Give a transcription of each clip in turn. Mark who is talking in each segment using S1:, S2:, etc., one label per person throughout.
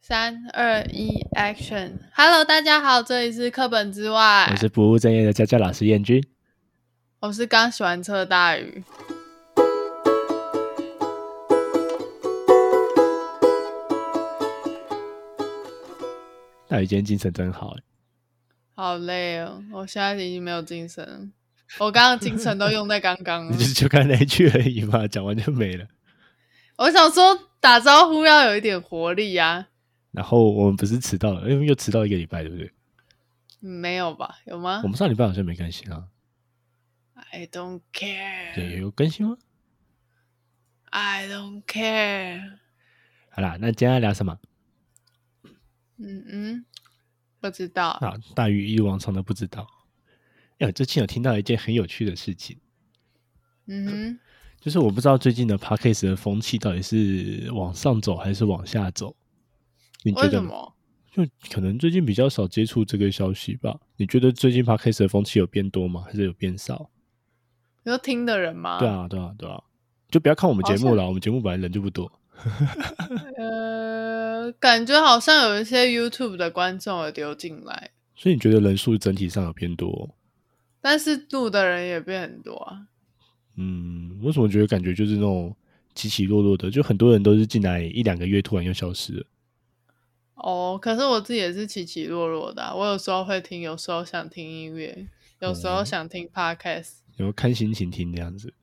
S1: 三二一，Action！Hello，大家好，这里是课本之外
S2: 我，是不务正业的家教老师燕君。
S1: 我是刚洗完车的大鱼。
S2: 大宇今天精神真好欸，
S1: 好累哦，我现在已经没有精神了，我刚刚精神都用在刚刚了
S2: 你就。就看那一句而已嘛，讲完就没了。
S1: 我想说打招呼要有一点活力啊，
S2: 然后我们不是迟到了，因为又迟到一个礼拜，对不对？
S1: 嗯没有吧？有吗
S2: 我们上礼拜好像没更新啊，
S1: ？I don't
S2: 对，
S1: care,
S2: 有更新吗？
S1: I don't care。
S2: 好啦，那今天要聊什么？
S1: 嗯嗯，不知道。
S2: 啊，大鱼一如往常的不知道。哎，我最近有听到一件很有趣的事情，
S1: 嗯
S2: 就是我不知道最近的 p a c k a g e 的风气到底是往上走还是往下走。你
S1: 哼，
S2: 觉
S1: 为
S2: 得
S1: 什
S2: 呢？
S1: 么？
S2: 就可能最近比较少接触这个消息吧。你觉得最近 podcast 的风气有变多吗？还是有变少？
S1: 你说听的人吗？
S2: 对。啊，对啊，对啊，就不要看我们节目
S1: 好
S2: 了，我们节目本来人就不多。
S1: 呃，感觉好像有一些 YouTube 的观众有流进来，
S2: 所以你觉得人数整体上有变多哦、
S1: 但是录的人也变很多啊。
S2: 嗯，我怎么觉得感觉就是那种起起落落的，就很多人都是进来一两个月，突然又消失了。
S1: 哦，可是我自己也是起起落落的啊、我有时候会听，有时候想听音乐，有时候
S2: 哦
S1: 想听 Podcast。
S2: 然后看心情听这样子，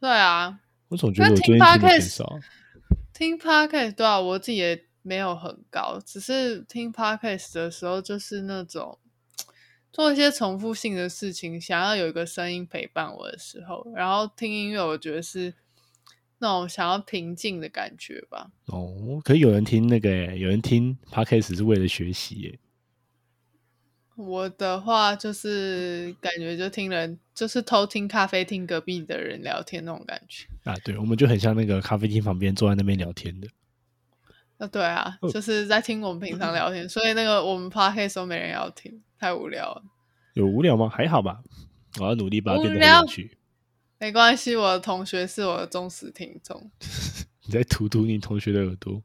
S1: 对啊，
S2: 我总觉得
S1: 那
S2: 我
S1: 听
S2: 最近听的
S1: podcast-
S2: 很少。
S1: 听 Podcast 对啊，我自己也没有很高，只是听 Podcast 的时候就是那种做一些重复性的事情，想要有一个声音陪伴我的时候，然后听音乐，我觉得是那种想要平静的感觉吧。
S2: 哦，可是有人听那个耶、有人听 podcast 是为了学习耶、
S1: 我的话
S2: 嗯
S1: 就是感觉就听人就是偷听咖啡厅隔壁的人聊天那种感觉。
S2: 啊，对，我们就很像那个咖啡厅旁边坐在那边聊天的。
S1: 那对啊
S2: 哦，嗯
S1: 就是在听我们平常聊天，所以那个我们 podcast 都没人要听，太无聊了。
S2: 有无聊吗？还好吧，我要努力把它
S1: 无
S2: 变得
S1: 聊
S2: 很有趣。
S1: 没关系，我的同学是我的忠实听众，
S2: 你在荼毒你同学的耳朵，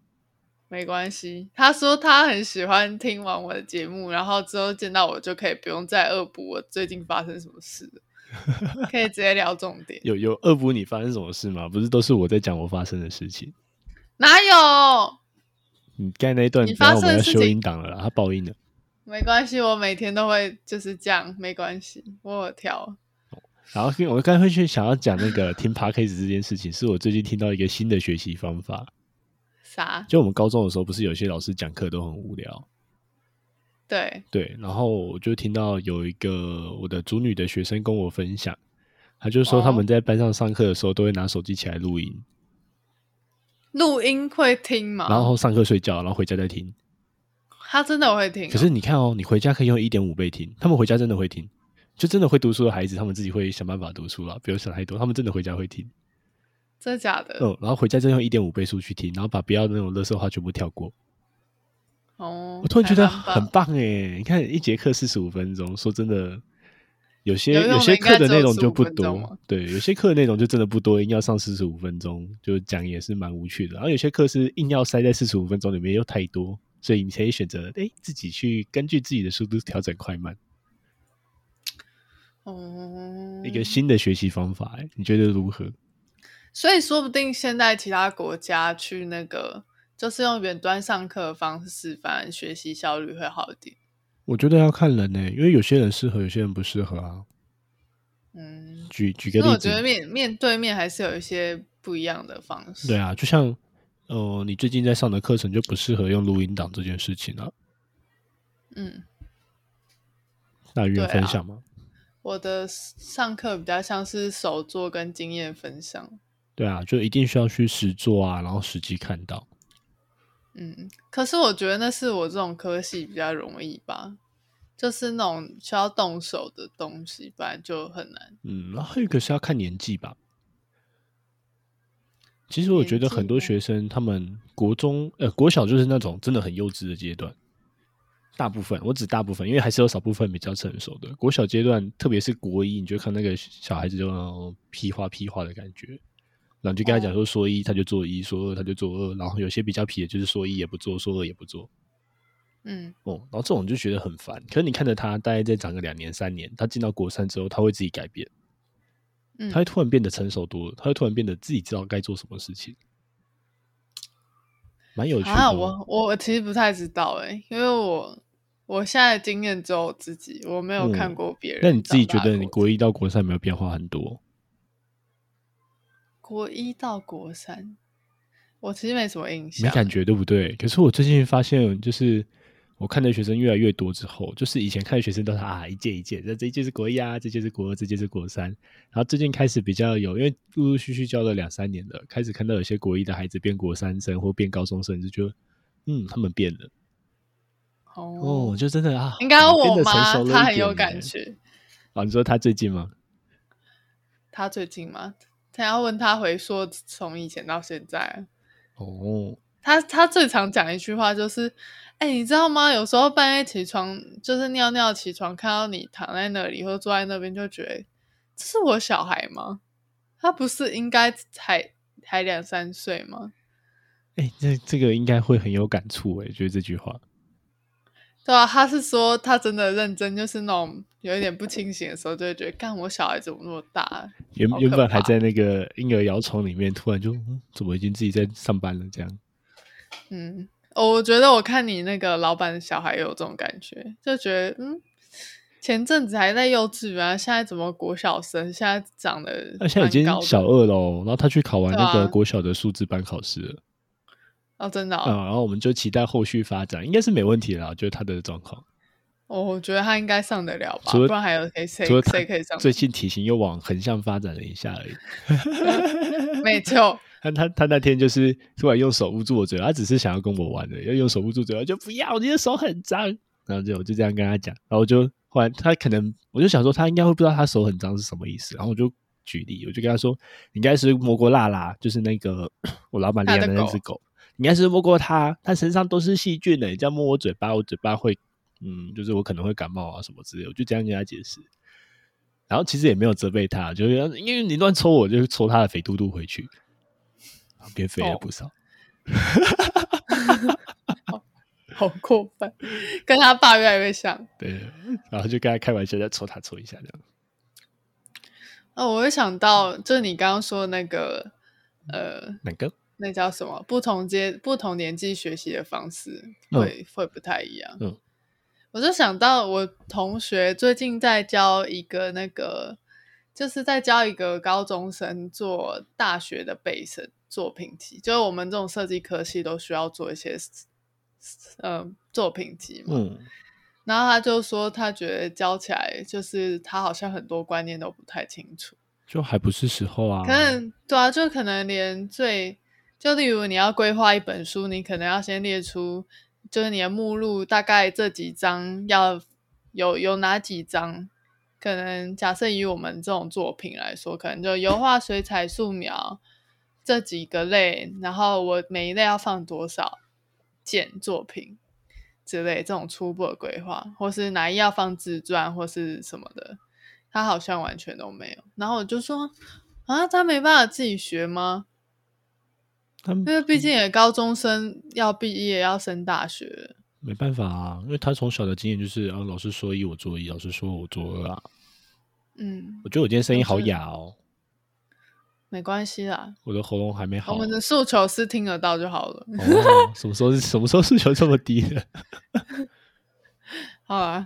S1: 没关系。他说他很喜欢听完我的节目，然后之后见到我就可以不用再恶补我最近发生什么事了，可以直接聊重点。
S2: 有有恶补你发生什么事吗？不是都是我在讲我发生的事情。
S1: 哪有？
S2: 你刚才那一段，
S1: 你
S2: 等
S1: 发
S2: 下我们
S1: 生
S2: 要
S1: 的事
S2: 修
S1: 情
S2: 音档了啦，它爆音了。
S1: 没关系，我每天都会就是这样，没关系，我有调。
S2: 然后我刚才会去想要讲那 个听 podcast 这件事情，是我最近听到一个新的学习方法。
S1: 啥？
S2: 就我们高中的时候，不是有些老师讲课都很无聊，
S1: 对，
S2: 对，然后我就听到有一个我的主女的学生跟我分享，他就说他
S1: 哦
S2: 们在班上上课的时候都会拿手机起来录音，
S1: 录音会听吗？
S2: 然后上课睡觉，然后回家再听。
S1: 他真的会听哦、
S2: 可是你看哦，你回家可以用一点五倍听，他们回家真的会听，就真的会读书的孩子，他们自己会想办法读书啦，不要想太多，他们真的回家会听。
S1: 真的假的？
S2: 嗯，然后回家再用一点五倍速去听，然后把不要的那种乐色话全部跳过。
S1: 哦，
S2: 我突然觉得
S1: 还蛮棒
S2: 很棒诶，你看一节课四十五分钟，说真的，有些
S1: 有用的
S2: 些课的内容就不
S1: 应该只有15分钟哦
S2: 多
S1: 吗，
S2: 对，有些课的内容就真的不多，硬要上四十五分钟，就讲也是蛮无趣的。然后有些课是硬要塞在四十五分钟里面又太多，所以你可以选择诶自己去根据自己的速度调整快慢。
S1: 哦，
S2: 一
S1: 嗯
S2: 个新的学习方法、欸，你觉得如何？
S1: 所以说不定现在其他国家去那个，就是用远端上课的方式示范，学习效率会好一点。
S2: 我觉得要看人呢、因为有些人适合，有些人不适合啊。
S1: 嗯，
S2: 举举个
S1: 因为
S2: 例
S1: 我觉得
S2: 子，
S1: 面面对面还是有一些不一样的方式。
S2: 对啊，就像呃，你最近在上的课程就不适合用录音档这件事情啊。
S1: 嗯，
S2: 那有
S1: 对
S2: 人
S1: 啊
S2: 分享吗？
S1: 我的上课比较像是手作跟经验分享。
S2: 对啊，就一定需要去实做啊，然后实际看到。
S1: 嗯，可是我觉得那是我这种科系比较容易吧，就是那种需要动手的东西，本来就很难。
S2: 嗯，然后还有一个是要看年纪吧。其实我觉得
S1: 年纪
S2: 很多
S1: 吗
S2: 学生他们国中呃国小就是那种真的很幼稚的阶段，大部分我指大部分，因为还是有少部分比较成熟的。国小阶段，特别是国一，你就看那个小孩子就那种屁话屁话的感觉，然后就跟他
S1: 哦
S2: 讲说说一他就做一，说二他就做二，然后有些比较皮的就是说一也不做，说二也不做，
S1: 嗯，
S2: 哦，然后这种就觉得很烦。可是你看着他大概再长个两年三年，他进到国三之后，他会自己改变，
S1: 嗯
S2: 他会突然变得成熟多了，他会突然变得自己知道该做什么事情，蛮有趣的哦。
S1: 啊，我我我其实不太知道哎、因为我我现在的经验只有我自己，我没有
S2: 嗯
S1: 看过别人、
S2: 那你自己觉得你国一到国三有没有变化很多？
S1: 国一到国三，我其实没什么印象，
S2: 没感。觉对不对？可是我最近发现，就是我看的学生越来越多之后，就是以前看的学生都是啊一届一届，那这一届是国一啊，这届是国二，这届是国三，然后最近开始比较有，因为陆陆续续教了两三年了，开始看到有些国一的孩子变国三生或变高中生，就觉得嗯，他们变了哦，
S1: 哦，
S2: 就真的啊，
S1: 应该
S2: 怎么
S1: 我
S2: 变得成
S1: 妈
S2: 熟了
S1: 她
S2: 一
S1: 很有
S2: 点
S1: 感
S2: 呢
S1: 觉。
S2: 啊。你说他最近吗？
S1: 她最近吗？她要问她回说从以前到现在，
S2: 哦，
S1: 她她最常讲一句话就是：“哎、你知道吗？有时候半夜起床，就是尿尿起床，看到你躺在那里或坐在那边，就觉得这是我小孩吗？他不是应该才才两三岁吗？
S2: 哎、这这个应该会很有感触哎，觉得这句话。
S1: 对啊，他是说他真的认真，就是那种有一点不清醒的时候，就会觉得，干我小孩怎么那么大、
S2: 原
S1: 好可
S2: 原本还
S1: 怕
S2: 在那个婴儿摇床里面，突然就、嗯、怎么已经自己在上班了？这样
S1: 嗯，哦我觉得我看你那个老板的小孩也有这种感觉，就觉得嗯，前阵子还在幼稚园、啊，现在怎么国小生，现在长得
S2: 那现在已经
S1: 蛮高的
S2: 小二喽，然后他去考完那
S1: 对
S2: 个
S1: 啊
S2: 国小的数字班考试了，
S1: 哦，真的、
S2: 啊、
S1: 哦
S2: 然后我们就期待后续发展，应该是没问题啦，就是他的状况，
S1: 哦我觉得他应该上得了吧，
S2: 除了
S1: 不然还有谁谁
S2: 除了他
S1: 谁可以上？
S2: 最近体型又往横向发展了一下而已。
S1: 没错，
S2: 但他他那天就是突然用手捂住我嘴巴，他只是想要跟我玩的，要用手捂住嘴巴就不要，你的手很脏。然后就我就这样跟他讲，然后我就后来他可能我就想说他应该会不知道他手很脏是什么意思，然后我就举例，我就跟他说你应该是摸过辣啦，就是那个我老板领养的那只狗，你应该是摸过它，它身上都是细菌的，你这样摸我嘴巴，我嘴巴会嗯，就是我可能会感冒啊什么之类的，我就这样跟他解释。然后其实也没有责备他，就是因为你乱抽我，就抽他的肥嘟嘟回去，然后变肥了
S1: 哦
S2: 不少。
S1: 好过分，跟他爸越来越像。
S2: 对，然后就跟他开玩笑，再抽他抽一下这样。
S1: 哦，我会想到就是你刚刚说的那个呃，
S2: 哪个？
S1: 那叫什么？不同阶、不同年纪学习的方式
S2: 嗯
S1: 会、会不太一样。
S2: 嗯，
S1: 我就想到我同学最近在教一个那个，就是在教一个高中生做大学的备审作品集，就是我们这种设计科系都需要做一些呃作品集嘛。
S2: 嗯，
S1: 然后他就说，他觉得教起来就是他好像很多观念都不太清楚。
S2: 就还不是时候啊。
S1: 可能对啊，就可能连最就例如你要规划一本书，你可能要先列出，就是你的目录大概这几章要有有哪几章。可能假设以我们这种作品来说，可能就油画、水彩、素描这几个类，然后我每一类要放多少件作品之类这种初步的规划，或是哪一要放自传或是什么的，他好像完全都没有。然后我就说啊，他没办法自己学吗？
S2: 他
S1: 因为毕竟也高中生要毕业要升大学了，
S2: 没办法啊，因为他从小的经验就是啊，老师说一我做一，老师说我做二啊。
S1: 嗯
S2: 我，觉得我今天声音好
S1: 就是
S2: 哑哦，
S1: 没关系啦，
S2: 我的喉咙还没好。
S1: 我们的诉求是听得到就好了。
S2: 哦，什么时候是什么时候诉求这么低的？
S1: 好啦，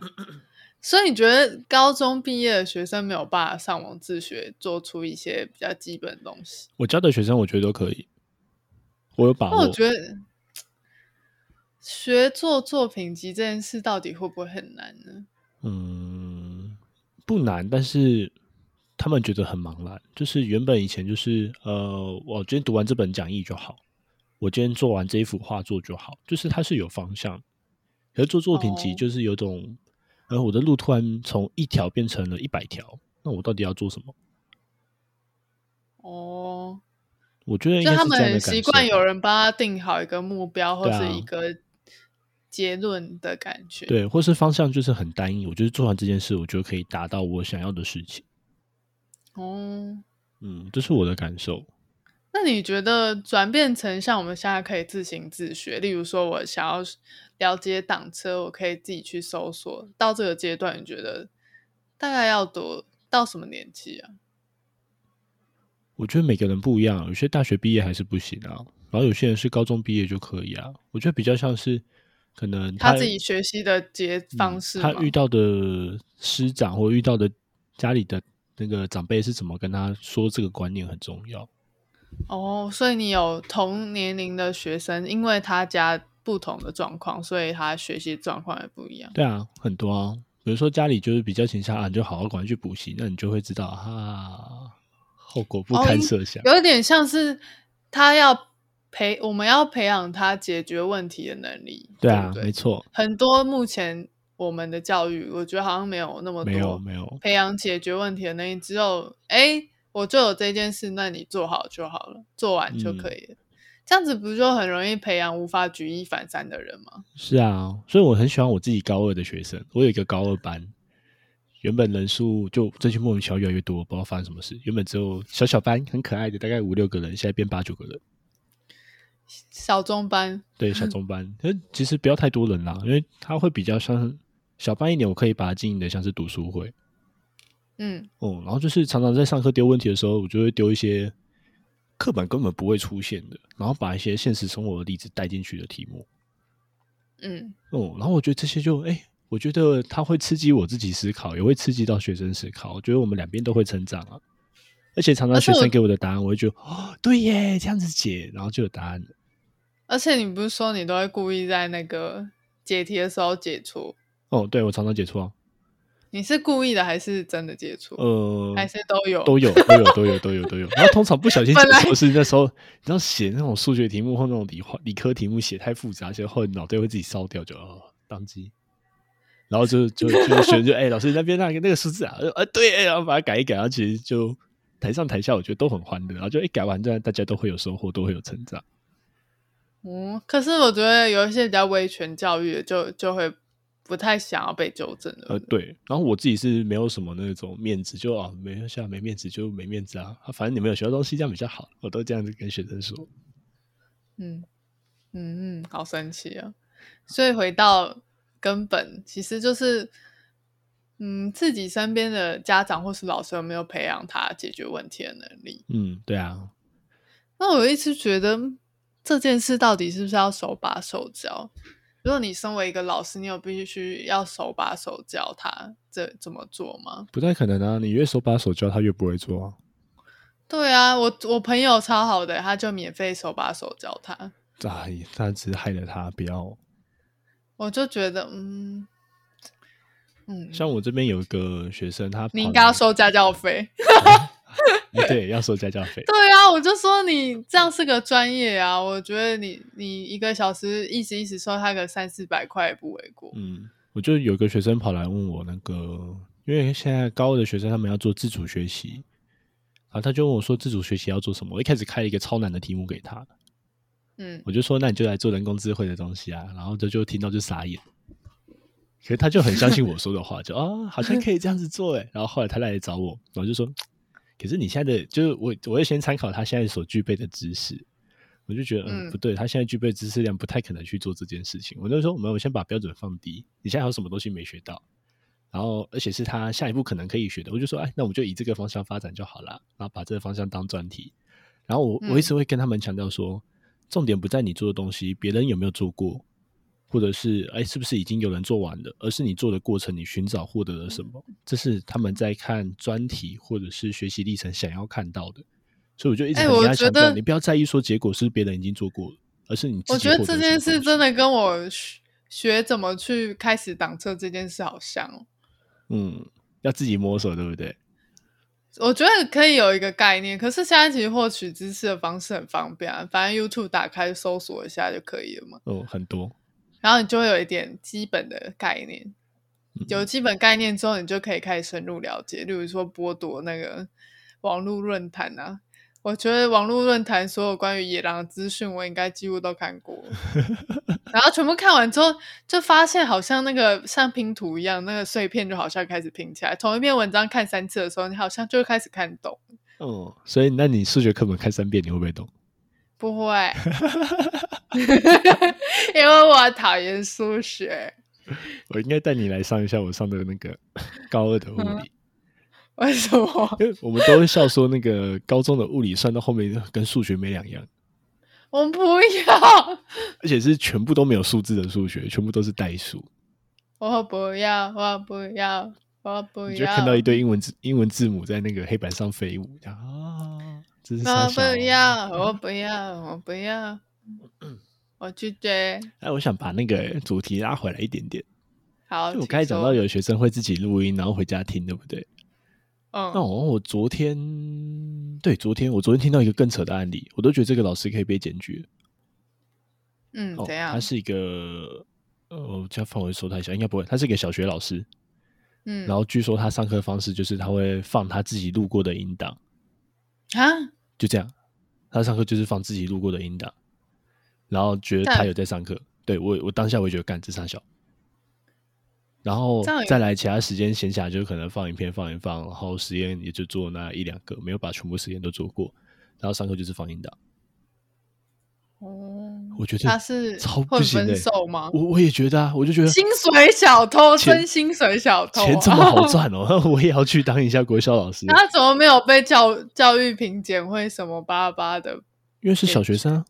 S1: 所以你觉得高中毕业的学生没有办法上网自学，做出一些比较基本的东西？
S2: 我教的学生我觉得都可以，我有把
S1: 那
S2: 握。
S1: 我觉得学做作品集这件事到底会不会很难呢？
S2: 嗯，不难，但是他们觉得很茫然。就是原本以前就是呃，我今天读完这本讲义就好，我今天做完这一幅画作就好，就是它是有方向。可是做作品集
S1: 哦
S2: 就是有种，呃，我的路突然从一条变成了一百条，那我到底要做什么？
S1: 哦，
S2: 我觉得应
S1: 就
S2: 该
S1: 他
S2: 是这
S1: 们
S2: 样的
S1: 很
S2: 感
S1: 习
S2: 受
S1: 惯
S2: 吧
S1: 有人帮他定好一个目标或
S2: 对
S1: 是
S2: 啊
S1: 一个结论的感觉。
S2: 对，或是方向就是很单一，我就是做完这件事，我就可以达到我想要的事情。
S1: 哦，
S2: 嗯，这是我的感受。
S1: 那你觉得转变成像我们现在可以自行自学，例如说我想要了解挡车，我可以自己去搜索。到这个阶段，你觉得大概要多到什么年纪啊？
S2: 我觉得每个人不一样，有些大学毕业还是不行啊，然后有些人是高中毕业就可以啊。我觉得比较像是可能
S1: 他自己学习的节方
S2: 嗯
S1: 式吗、
S2: 他遇到的师长或遇到的家里的那个长辈是怎么跟他说这个观念很重要。
S1: 哦，所以你有同年龄的学生，因为他家不同的状况，所以他学习状况也不一样。
S2: 对啊，很多啊，比如说家里就是比较倾向啊，你就好好赶快去补习，那你就会知道啊，后果不
S1: 哦
S2: 堪
S1: 因
S2: 设想。
S1: 有点像是他要培，我们要培养他解决问题的能力。
S2: 对
S1: 对
S2: 啊，
S1: 不对
S2: 没错，
S1: 很多目前我们的教育，我觉得好像没有那么
S2: 没有
S1: 多
S2: 没有，
S1: 培养解决问题的能力，只有哎，我就有这件事，那你做好就好了，做完就可
S2: 嗯
S1: 以了。这样子不就很容易培养无法举一反三的人吗？
S2: 是啊，所以我很喜欢我自己高二的学生，我有一个高二班。原本人数就这些莫名其妙越来越多，不知道发生什么事。原本只有小小班，很可爱的，大概五六个人，现在变八九个人。
S1: 小中班
S2: 对小中班，可是其实不要太多人啦，因为它会比较像小班一点，我可以把它经营的像是读书会
S1: 嗯，
S2: 哦、然后就是常常在上课丢问题的时候，我就会丢一些课本根本不会出现的，然后把一些现实生活的例子带进去的题目
S1: 嗯，
S2: 哦、然后我觉得这些就哎、我觉得它会刺激我自己思考，也会刺激到学生思考。我觉得我们两边都会成长啊，而且常常
S1: 而且
S2: 学
S1: 我
S2: 生给我的答案，我会觉得哦，对耶，这样子解，然后就有答案了。
S1: 而且你不是说你都会故意在那个解题的时候解错？
S2: 哦，对我常常解错啊，
S1: 你是故意的还是真的解错？
S2: 呃，
S1: 还是都有？
S2: 都有，都有，都有，都有，都有。然后通常不小心
S1: 哦本来
S2: 解错是那时候，你知道写那种数学题目或那种理化理科题目写太复杂，写后来脑袋会自己烧掉，就哦当机。然后就就就学就哎、老师那边那个那个数字啊，呃、啊、对、哎然后把它改一改，然后其实就台上台下我觉得都很欢乐，然后就一哎改完，这样大家都会有收获，都会有成长。
S1: 嗯，可是我觉得有一些比较威权教育的就就会不太想要被纠正的。
S2: 呃，对。然后我自己是没有什么那种面子，就啊没关系啊，没面子就没面子啊，啊反正你们有学到东西这样比较好，我都这样子跟学生说。
S1: 嗯嗯嗯，好神奇啊！所以回到根本，其实就是嗯，自己身边的家长或是老师有没有培养他解决问题的能力？
S2: 嗯，对啊，
S1: 那我一直觉得这件事到底是不是要手把手教？如果你身为一个老师，你有必须要手把手教他这怎么做吗？
S2: 不太可能啊！你越手把手教，他越不会做啊。
S1: 对啊，我我朋友超好的，他就免费手把手教他，
S2: 哎，他只是害了他，不要。
S1: 我就觉得嗯嗯，
S2: 像我这边有一个学生，他
S1: 你
S2: 跑
S1: 应该要
S2: 来
S1: 收家教费。
S2: 哎 对，要收家教费。
S1: 对啊，我就说你这样是个专业啊，我觉得你你一个小时一时一时收他个三四百块也不为过。
S2: 嗯，我就有个学生跑来问我那个，因为现在高二的学生他们要做自主学习，然后他就问我说自主学习要做什么。我一开始开了一个超难的题目给他，
S1: 嗯，
S2: 我就说那你就来做人工智慧的东西啊，然后这就听到就傻眼。可是他就很相信我说的 话，就啊，好像可以这样子做哎。然后后来他来找我，然后就说，可是你现在的就是我，我会先参考他现在所具备的知识，我就觉得嗯
S1: 嗯
S2: 不对，他现在具备知识量不太可能去做这件事情。我就说我们我先把标准放低，你现在还有什么东西没学到？然后而且是他下一步可能可以学的，我就说哎，那我们就以这个方向发展就好啦，然后把这个方向当专题。然后我
S1: 嗯
S2: 我一直会跟他们强调说，重点不在你做的东西，别人有没有做过，或者是哎是不是已经有人做完了，而是你做的过程，你寻找获得了什么，
S1: 嗯
S2: 这是他们在看专题或者是学习历程想要看到的。所以我就一直
S1: 哎
S2: 很跟
S1: 我
S2: 他
S1: 觉
S2: 强调，
S1: 得
S2: 你不要在意说结果是别人已经做过了，而是你自己
S1: 我觉得
S2: 获
S1: 这
S2: 了
S1: 件
S2: 什么
S1: 事
S2: 东西
S1: 真的跟我学学怎么去开始挡车这件事好像哦。
S2: 嗯，要自己摸索，对不对？
S1: 我觉得可以有一个概念，可是现在其实获取知识的方式很方便啊，反正 YouTube 打开搜索一下就可以了嘛，
S2: 哦，很多，
S1: 然后你就会有一点基本的概念。
S2: 嗯
S1: 有基本概念之后，你就可以开始深入了解，例如说剥夺那个网络论坛啊。我觉得网络论坛所有关于野狼的资讯，我应该几乎都看过，然后全部看完之后，就发现好像那个像拼图一样，那个碎片就好像开始拼起来。同一篇文章看三次的时候，你好像就开始看懂。
S2: 哦，所以那你数学课本看三遍，你会不会懂？
S1: 不会， 因为我讨厌数学。
S2: 我应该带你来上一下我上的那个 高二的物
S1: 嗯
S2: 理，
S1: 为什么？
S2: 因为我们都会笑说那个高中的物理算到后面跟数学没两样，
S1: 我们不要，
S2: 而且是全部都没有数字的数学，全部都是代数。
S1: 我不要，我不要，我不
S2: 你就
S1: 要。
S2: 看到一堆英文字英文字母在那个黑板上飞舞，这样啊，这是
S1: 我
S2: 三
S1: 不
S2: 小啊。
S1: 要，我不要，我不要，我拒绝。
S2: 哎，我想把那个主题拉回来一点点。
S1: 好，
S2: 就我
S1: 请
S2: 刚才讲
S1: 说嗯
S2: 到，有学生会自己录音，然后回家听，对不对？那
S1: 嗯，
S2: 我我昨天对昨天我昨天听到一个更扯的案例，我都觉得这个老师可以被检举了。
S1: 嗯，
S2: 哦，
S1: 怎样
S2: 他？是一个呃，我这样范围说太小，应该不会。他是一个小学老师，
S1: 嗯，
S2: 然后据说他上课方式就是他会放他自己录过的音档，
S1: 啊，
S2: 就这样。他上课就是放自己录过的音档，然后觉得
S1: 干
S2: 他有在上课。对我，我当下我也觉得干这傻小。然后
S1: 这样有
S2: 再来其他时间闲暇，就可能放影片放一放，然后实验也就做那一两个，没有把全部实验都做过。然后上课就是放音档，
S1: 哦，
S2: 我觉得
S1: 他是
S2: 超不
S1: 混
S2: 行的
S1: 分
S2: 欸
S1: 手吗？
S2: 我我也觉得啊，我就觉得
S1: 薪水小偷，
S2: 钱
S1: 真薪水小偷啊，
S2: 钱这么好赚哦， 我也要去当一下国小老师，
S1: 他怎么没有被教教育评检会什么巴拉巴拉的？
S2: 因为是小学生啊。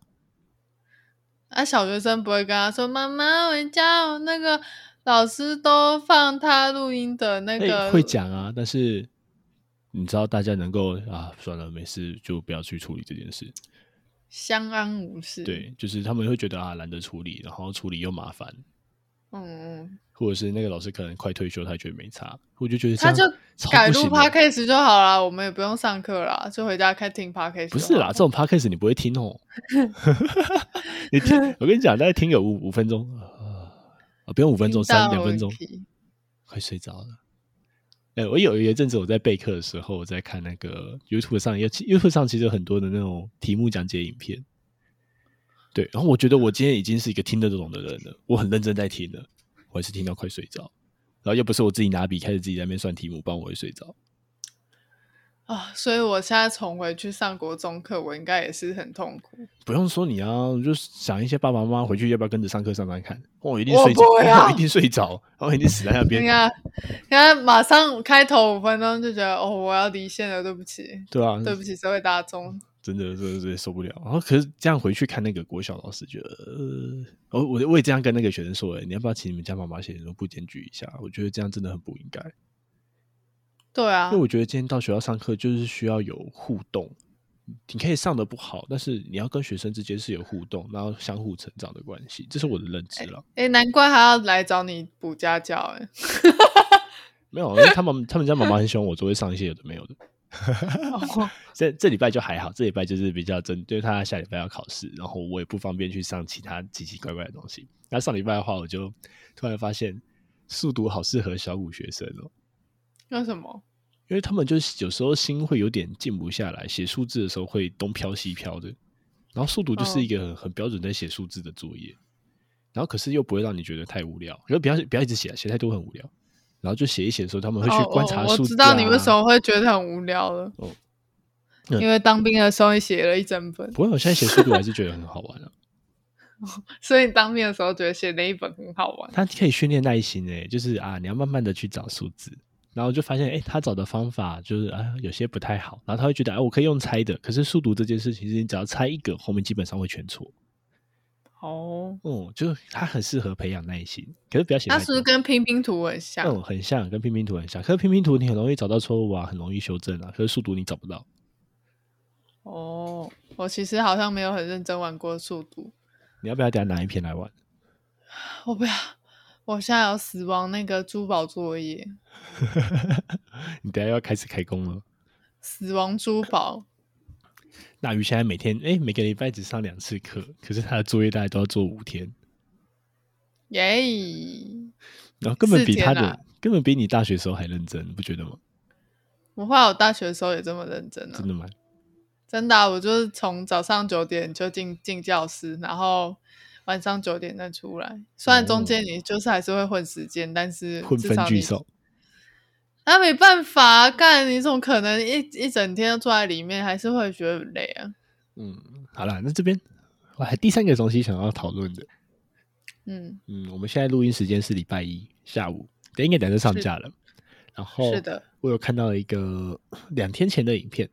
S1: 啊，小学生不会跟他说：“妈妈，我家有那个老师都放他录音的那
S2: 哎
S1: 个。”
S2: 会讲啊，但是你知道大家能够啊，算了，没事就不要去处理这件事。
S1: 相安无事。，
S2: 对，就是他们会觉得啊，懒得处理，然后处理又麻烦，
S1: 嗯，
S2: 或者是那个老师可能快退休，他觉得没差，我就觉得这
S1: 他
S2: 样
S1: 就
S2: 超
S1: 改
S2: 不
S1: 录
S2: 行的
S1: podcast 就好啦，我们也不用上课啦，就回家开听 podcast。
S2: 不是啦，这，种 podcast 你不会 听哦。 你听，我跟你讲，大概听个五五分钟啊、啊不用五分钟，三两分钟。快睡着了。哎、我有一阵子我在备课的时候，我在看那个 YouTube 上，也 YouTube 上其实有很多的那种题目讲解影片。对，然后我觉得我今天已经是一个听得懂的人了，我很认真在听了，我还是听到快睡着。然后要不是我自己拿笔开始自己在那边算题目，不然我会睡着。
S1: 啊！所以我现在重回去上国中课，我应该也是很痛苦。
S2: 不用说你啊，就想一些爸爸妈妈回去要不要跟着上课上班看，哦我一定
S1: 我
S2: 睡着，
S1: 不啊要
S2: 我一定睡着，哦我一定死在那 边
S1: 你。看，你看，马上开头五分钟就觉得哦，我要离线了，对不起，
S2: 对啊，
S1: 对不起，社会大众。
S2: 真的真的真的受不了。然后可是这样回去看那个国小老师，觉得呃，我我我也这样跟那个学生说、欸，你要不要请你们家妈妈写说不检举一下？我觉得这样真的很不应该，
S1: 对啊
S2: 因为，我觉得今天到学校上课就是需要有互动，你可以上的不好，但是你要跟学生之间是有互动，然后相互成长的关系，这是我的认知了。
S1: 诶，难怪他要来找你补家教、诶。
S2: 没有，因为他们他们家妈妈很喜欢我，就会上一些有的没有的。
S1: 哦
S2: 这这礼拜就还好，这礼拜就是比较针对他下礼拜要考试，然后我也不方便去上其他奇奇怪怪的东西。那上礼拜的话，我就突然发现速读好适合小五学生哦，
S1: 为什么？
S2: 因为他们就是有时候心会有点静不下来，写数字的时候会东飘西飘的。然后速读
S1: 嗯
S2: 就是一个很很标准在写数字的作业，然后可是又不会让你觉得太无聊，然后不要不要一直写，写太多很无聊。然后就写一写的时候，他们会去
S1: 哦
S2: 观察
S1: 哦
S2: 数字、啊
S1: 我知道你为什么会觉得很无聊了。
S2: 哦嗯
S1: 因为当兵的时候你写了一整本，
S2: 不过我现在写速读还是觉得很好玩啊。
S1: 所以你当兵的时候觉得写那一本很好玩。
S2: 他可以训练耐心诶，就是啊，你要慢慢的去找数字，然后就发现诶，他找的方法就是啊，有些不太好，然后他会觉得哎、啊我可以用猜的，可是数独这件事情，是你只要猜一个，后面基本上会全错。
S1: 哦，
S2: 哦、就是他很适合培养耐心，可是不要写
S1: 它
S2: 太
S1: 是不是
S2: 多。
S1: 跟拼拼图很像？
S2: 嗯，很像，跟拼拼图很像。可是拼拼图你很容易找到错误啊，很容易修正啊。可是数独你找不到，
S1: 哦，我其实好像没有很认真玩过速读，
S2: 你要不要等下拿一篇来玩？
S1: 我哦不要，我现在要死亡那个珠宝作业，
S2: 你等下要开始开工了。
S1: 死亡珠宝。
S2: 大鱼现在每天哎、每个礼拜只上两次课，可是他的作业大概都要做五天。
S1: 耶、
S2: 然后根本
S1: 四
S2: 比
S1: 天
S2: 他的、
S1: 啊
S2: 根本比你大学时候还认真，你不觉得吗？
S1: 我后来我大学的时候也这么认真啊
S2: 真，的吗？
S1: 真的啊、我就是从早上九点就进进教室，然后晚上九点再出来。虽然中间你就是还是会混时间，但是
S2: 哦混
S1: 至
S2: 分
S1: 少
S2: 聚
S1: 你
S2: 首，
S1: 那、没办法啊干，你怎么可能一一整天都坐在里面，还是会觉得很累啊？
S2: 嗯，好啦，那这边我还第三个东西想要讨论的，
S1: 嗯，
S2: 嗯，我们现在录音时间是礼拜一下午，等应该等着上
S1: 是
S2: 架了。然后
S1: 是，的，
S2: 我有看到一个两天前的影片，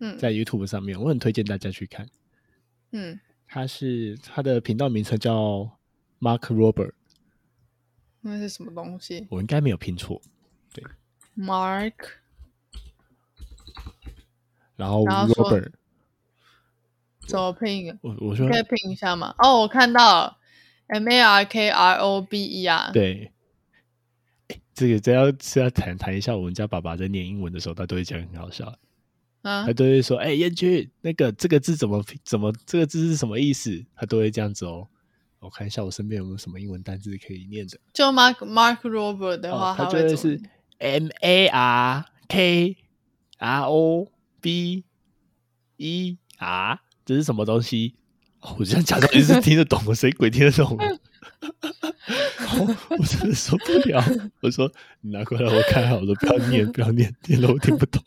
S1: 嗯
S2: 在 YouTube 上面，我很推荐大家去看。
S1: 嗯
S2: 它是它的频道名称叫 Mark Robert，
S1: 那是什么东西
S2: 我应该没有拼错。
S1: ？Mark
S2: 然后
S1: 然后说
S2: Robert，
S1: 怎么拼啊？
S2: 我我说
S1: 可以拼一下吗？哦，我看到了，M A R K R O B E 啊，
S2: 对，诶这个这要是要谈谈一下，我们家爸爸在念英文的时候，他都会讲很好笑，
S1: 啊
S2: 他，都会说：“哎、燕君，那个这个字怎么拼怎么这个字是什么意思？”他都会这样子哦。我看一下我身边有没有什么英文单字可以念的。
S1: 就 Mark Mark Robert 的话，
S2: 哦，他就
S1: 会
S2: 会
S1: 怎么
S2: 是 M A R K R O B E R，这是什么东西？哦我这样讲到底是听得懂的，谁鬼听得懂啊？我真的受不了！我说你拿过来我看看，我说不要念，不要念，念了我听不懂。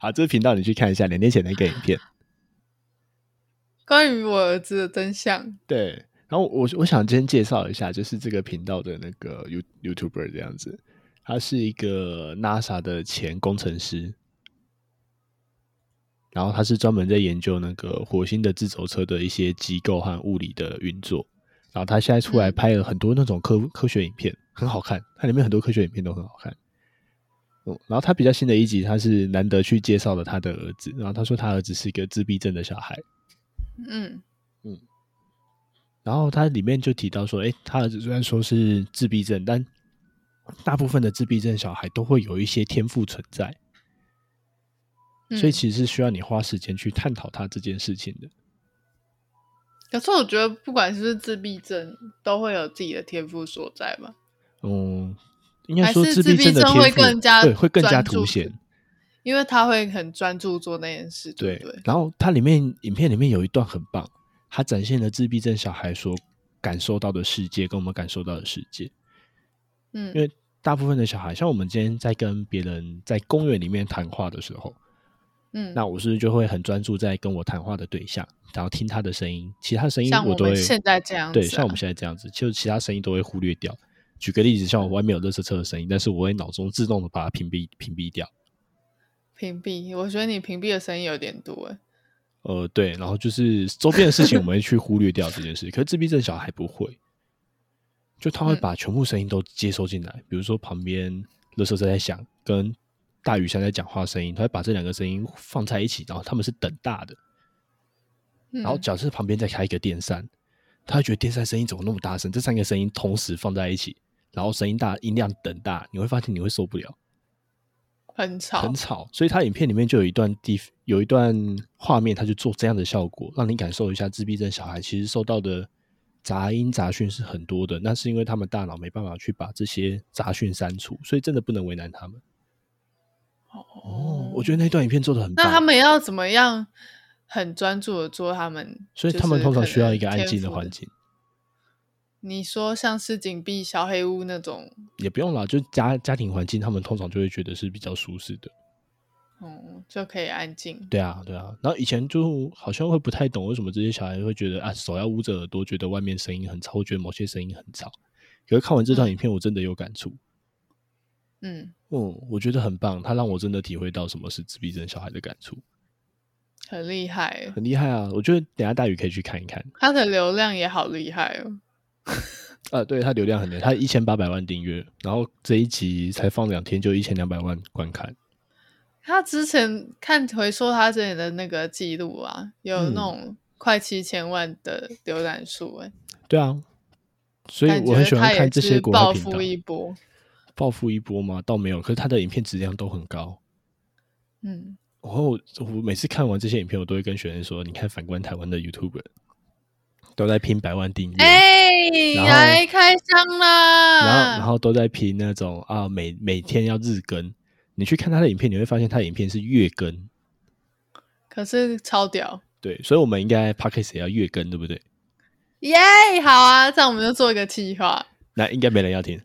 S2: 好，这个频道你去看一下两年前的一个影片。
S1: 关于我儿子的真相。
S2: 对，然后我我想先介绍一下，就是这个频道的那个 You YouTuber 这样子，他是一个 NASA 的前工程师，然后他是专门在研究那个火星的自走车的一些机构和物理的运作。然后他现在出来
S1: 嗯
S2: 拍了很多那种科科学影片，很好看，它里面很多科学影片都很好看。嗯，然后他比较新的一集，他是难得去介绍了他的儿子，然后他说他儿子是一个自闭症的小孩。
S1: 嗯
S2: 然后它里面就提到说，诶，他儿子虽然说是自闭症，但大部分的自闭症小孩都会有一些天赋存在，
S1: 嗯，
S2: 所以其实是需要你花时间去探讨他这件事情的。
S1: 可是我觉得，不管是不是自闭症，都会有自己的天赋所在吧。
S2: 嗯，应该
S1: 还
S2: 说
S1: 是
S2: 自
S1: 自闭
S2: 症的
S1: 症
S2: 天
S1: 会
S2: 赋
S1: 更加
S2: 对会更加
S1: 专
S2: 凸
S1: 注
S2: 显。
S1: 因为他会很专注做那件事，对
S2: 对
S1: 不对？，
S2: 然后它里面影片里面有一段很棒，它展现了自闭症小孩所感受到的世界跟我们感受到的世界。
S1: 嗯
S2: 因为大部分的小孩，像我们今天在跟别人在公园里面谈话的时候，
S1: 嗯，
S2: 那我是不是就会很专注在跟我谈话的对象，然后听他的声音，其他声音
S1: 像
S2: 我
S1: 我
S2: 都会
S1: 们现在这样子、啊，
S2: 对，像我们现在这样子，就其他声音都会忽略掉。举个例子，像我外面有垃圾车的声音，但是我会脑中自动的把它屏蔽屏蔽掉。
S1: 屏蔽，我觉得你屏蔽的声音有点多哎。
S2: 呃，对，然后就是周边的事情，我们会去忽略掉这件事。可是自闭症小孩不会，就他会
S1: 嗯
S2: 把全部声音都接收进来，比如说旁边垃圾车在响，跟大雨像在讲话的声音，他会把这两个声音放在一起，然后他们是等大的。
S1: 嗯、
S2: 然后假设旁边再开一个电扇，他会觉得电扇声音怎么那么大声？这三个声音同时放在一起，然后声音大、音量等大，你会发现你会受不了，
S1: 很吵，
S2: 很吵。所以他影片里面就有一段地，有一段画面，他就做这样的效果，让你感受一下自闭症小孩其实受到的杂音杂讯是很多的，那是因为他们大脑没办法去把这些杂讯删除，所以真的不能为难他们。哦，我觉得那段影片做的很棒。
S1: 嗯那他们要怎么样很专注的做他们？
S2: 所以
S1: 就是
S2: 他们通常
S1: 可能
S2: 需要一个安
S1: 天
S2: 静的
S1: 赋
S2: 环。境。
S1: 你说像是紧闭小黑屋那种，
S2: 也不用啦，就家家庭环境，他们通常就会觉得是比较舒适的。
S1: 嗯，就可以安静。
S2: 对啊，对啊。然后以前就好像会不太懂为什么这些小孩会觉得啊，手要捂着耳朵，觉得外面声音很吵，会觉得某些声音很吵。可是看完这段影片，我真的有感触。
S1: 嗯，
S2: 嗯，我觉得很棒，他让我真的体会到什么是自闭症小孩的感触，
S1: 很厉害欸。
S2: 很厉害啊！我觉得等一下大宇可以去看一看。
S1: 他的流量也好厉害哦。
S2: 啊，对他流量很厉害，他一千八百万订阅，然后这一集才放两天就一千两百万观看。
S1: 他之前看回溯他之前的那个记录啊，有
S2: 嗯
S1: 那种快七千万的浏览数哎、
S2: 对啊，所以
S1: 感
S2: 我很
S1: 觉
S2: 喜欢
S1: 他也
S2: 看这些
S1: 是
S2: 国
S1: 暴
S2: 外频道。
S1: 富一波。
S2: 暴富一波吗？倒没有，可是他的影片质量都很高。
S1: 嗯，
S2: 然后我我每次看完这些影片，我都会跟学生说：“你看，反观台湾的 YouTube，都在拼百万订阅，
S1: 哎、
S2: 嗯然后
S1: 来开箱啦！
S2: 然后然后都在拼那种啊每每天要日更。你去看他的影片，你会发现他的影片是月更。
S1: 可是超屌，
S2: 对，所以我们应该 p o d c a s t 也要月更，对不对？
S1: 耶、好啊，这样我们就做一个计划。
S2: 那应该没人要听，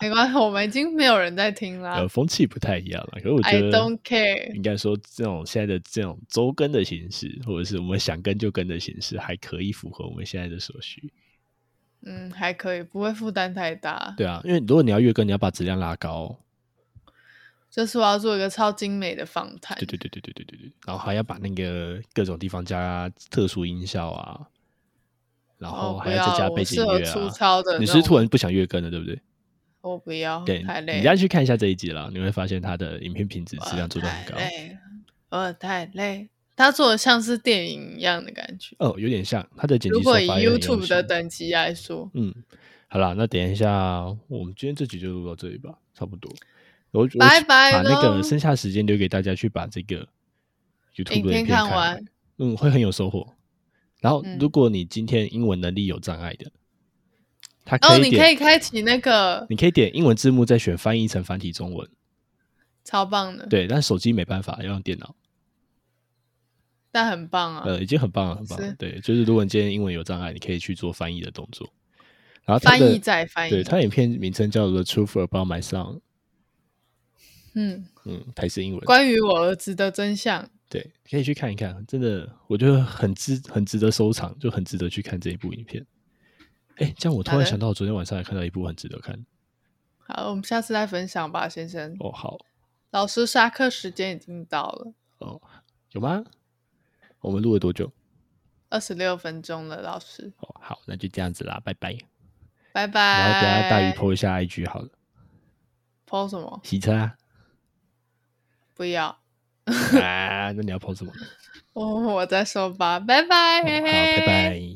S1: 没关系，我们已经没有人在听啦
S2: 呃，。风气不太一样了。可是我
S1: I
S2: 觉
S1: don't
S2: 得
S1: care。
S2: 应该说，这种现在的这种周更的形式，或者是我们想跟就跟的形式，还可以符合我们现在的所需。
S1: 嗯，还可以，不会负担太大。
S2: 对啊，因为如果你要月更，你要把质量拉高哦、
S1: 就是我要做一个超精美的访谈。
S2: 对对对对对对对对，然后还要把那个各种地方加特殊音效啊，然后
S1: 哦，不
S2: 还要再加
S1: 我
S2: 背景
S1: 适
S2: 音
S1: 合
S2: 乐
S1: 粗
S2: 啊。
S1: 糙的那种。
S2: 你是不是突然不想月更了，对不对？
S1: 我不要，
S2: 对
S1: 太，累
S2: 你再去看一下这一集啦，你会发现它的影片品质
S1: 我
S2: 质量做的很
S1: 太
S2: 高。
S1: 累，我太累。他做的像是电影一样的感觉。
S2: 哦，有点像它的剪
S1: 如
S2: 辑手
S1: 果以
S2: 法也很用
S1: YouTube 的
S2: 心
S1: 等级来说，
S2: 嗯，好啦，那等一下，我们今天这集就录到这里吧，差不多。我我
S1: 拜拜
S2: 把那个
S1: 喽
S2: 剩下时间留给大家去把这个 YouTube
S1: 影
S2: 的
S1: 片
S2: 片
S1: 看
S2: 看
S1: 完，
S2: 嗯，会很有收获。然后
S1: 嗯，
S2: 如果你今天英文能力有障碍的，他
S1: 哦，
S2: 可以
S1: 你
S2: 点，
S1: 可以开启那个
S2: 你可以点英文字幕，再选翻译成繁体中文。
S1: 超棒的，
S2: 对，但手机没办法，要用电脑。
S1: 但很棒啊。
S2: 呃，已经很棒了，很棒了
S1: 是。
S2: 对，就是如果你今天英文有障碍，你可以去做翻译的动作。然后它
S1: 翻
S2: 的
S1: 译再翻译，
S2: 对，它的影片名称叫做《The Truth About My Son》，
S1: 嗯，
S2: 嗯，台式英文。
S1: 关于我儿子的真相，
S2: 对，可以去看一看，真的，我觉得很值很值得收藏，就很值得去看这一部影片。哎，这样我突
S1: 好
S2: 然
S1: 的
S2: 想到，我昨天晚上也看到一部很值得看。
S1: 好，我们下次再分享吧，先生。
S2: 哦，好，
S1: 老师下课时间已经到了，
S2: 哦，有吗？我们录了多久？
S1: 二十六分钟了，老师，
S2: 哦，好，那就这样子啦，拜拜。
S1: 拜拜。
S2: 然后等一下大鱼 PO 一下 IG 好了，
S1: 剖什么？
S2: 洗 车啊
S1: 不要，
S2: 啊，那你要 PO 什么？
S1: 哦
S2: 好，哦
S1: 我我再说吧，拜拜，
S2: 拜拜。